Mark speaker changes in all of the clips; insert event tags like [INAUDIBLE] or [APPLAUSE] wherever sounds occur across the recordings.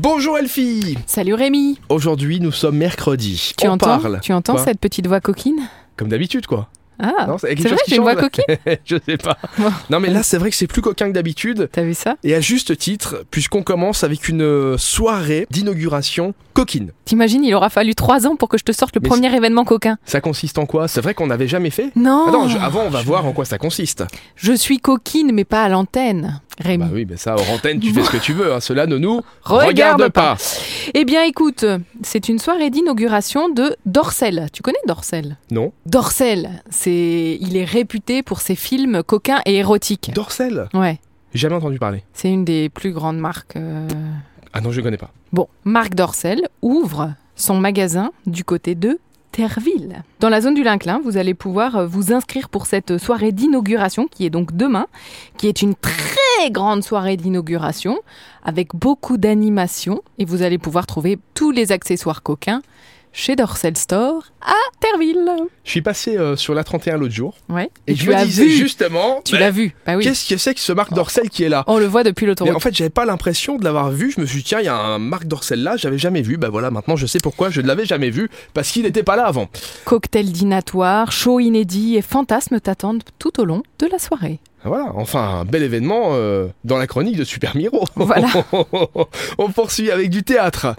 Speaker 1: Bonjour Elfie
Speaker 2: Salut Rémi
Speaker 1: Aujourd'hui nous sommes mercredi.
Speaker 2: Tu
Speaker 1: On
Speaker 2: entends,
Speaker 1: parle,
Speaker 2: tu entends
Speaker 1: Quoi
Speaker 2: cette petite voix coquine
Speaker 1: comme d'habitude quoi.
Speaker 2: Ah,
Speaker 1: Non, c'est quelque
Speaker 2: c'est vrai,
Speaker 1: chose qui
Speaker 2: j'ai une
Speaker 1: change,
Speaker 2: voix coquine
Speaker 1: là. [LAUGHS] Je sais pas.
Speaker 2: Bon.
Speaker 1: Non mais là c'est vrai que c'est plus coquin que d'habitude.
Speaker 2: T'as vu ça
Speaker 1: Et à juste titre, puisqu'on commence avec une euh, soirée d'inauguration coquine.
Speaker 2: T'imagines, il aura fallu trois ans pour que je te sorte le
Speaker 1: Mais
Speaker 2: premier événement coquin.
Speaker 1: Ça consiste en quoi C'est vrai qu'on n'avait jamais fait
Speaker 2: Non
Speaker 1: Attends,
Speaker 2: je...
Speaker 1: je- ah. avant on va voir en quoi ça consiste.
Speaker 2: suis coquine, mais pas à l'antenne, Rémi.
Speaker 1: Bah oui, mais ça, hors antenne, tu fais ce que tu veux. hein. Cela ne nous
Speaker 2: [LAUGHS] Regarde
Speaker 1: pas.
Speaker 2: Eh bien, écoute, c'est une soirée d'inauguration de Dorsel. Tu connais Dorsel
Speaker 1: Non.
Speaker 2: Dorsel, c'est... il est réputé pour ses films coquins et érotiques.
Speaker 1: Dorsel
Speaker 2: Ouais,
Speaker 1: Jamais entendu parler.
Speaker 2: c'est une des plus grandes marques... euh,
Speaker 1: Ah non, je connais pas.
Speaker 2: Bon, Marc Dorcel ouvre son magasin du côté de Terville. Dans la zone du Linclin, vous allez pouvoir euh, vous inscrire pour cette soirée d'inauguration qui est donc demain, qui est une très grande soirée d'inauguration avec beaucoup d'animations et vous allez pouvoir trouver tous les accessoires coquins chez Dorcel Store à Terville.
Speaker 1: Je suis passé euh, sur la 31 l'autre jour.
Speaker 2: Ouais.
Speaker 1: Et, je
Speaker 2: tu
Speaker 1: me
Speaker 2: l'as
Speaker 1: disais
Speaker 2: vu.
Speaker 1: justement.
Speaker 2: Tu
Speaker 1: bah,
Speaker 2: l'as vu. Bah oui.
Speaker 1: Qu'est-ce que c'est que ce Marc Dorcel qui est là
Speaker 2: On le voit depuis
Speaker 1: Mais
Speaker 2: l'autoroute.
Speaker 1: en fait, j'avais pas l'impression de l'avoir vu. Je me suis dit, tiens, il y a un Marc Dorcel là, j'avais jamais vu. Bah voilà, maintenant je sais pourquoi je ne l'avais jamais vu, parce qu'il n'était pas là avant.
Speaker 2: Cocktail dînatoire, show inédit et fantasmes t'attendent tout au long de la soirée.
Speaker 1: Voilà, enfin, un bel événement euh, dans la chronique de Super Miro.
Speaker 2: Voilà.
Speaker 1: [LAUGHS] On poursuit avec du théâtre.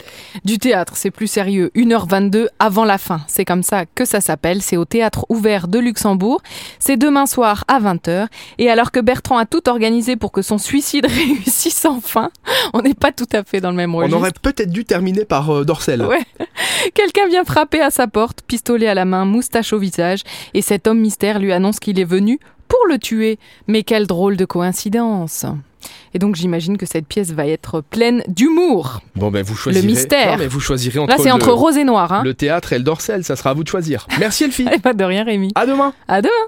Speaker 2: Du théâtre, c'est plus sérieux. 1h22 avant la fin. C'est comme ça que ça s'appelle. C'est au théâtre ouvert de Luxembourg. C'est demain soir à 20h. Et alors que Bertrand a tout organisé pour que son suicide [LAUGHS] réussisse enfin, on n'est pas tout à fait dans le même
Speaker 1: On
Speaker 2: registre.
Speaker 1: aurait peut-être dû terminer par euh, Dorcel.
Speaker 2: Ouais. Quelqu'un vient frapper à sa porte, pistolet à la main, moustache au visage. Et cet homme mystère lui annonce qu'il est venu pour le tuer. Mais quelle drôle de coïncidence. Et donc j'imagine que cette pièce va être pleine d'humour.
Speaker 1: Bon, ben vous choisirez.
Speaker 2: mystère.
Speaker 1: Non, mais vous choisirez entre,
Speaker 2: Là c'est
Speaker 1: le-
Speaker 2: entre rose et noir. Hein. [LAUGHS]
Speaker 1: le théâtre et le Dorsel. Ça sera à vous de choisir. Merci Elfie.
Speaker 2: Eh ben, de rien Rémi.
Speaker 1: à demain.
Speaker 2: À demain.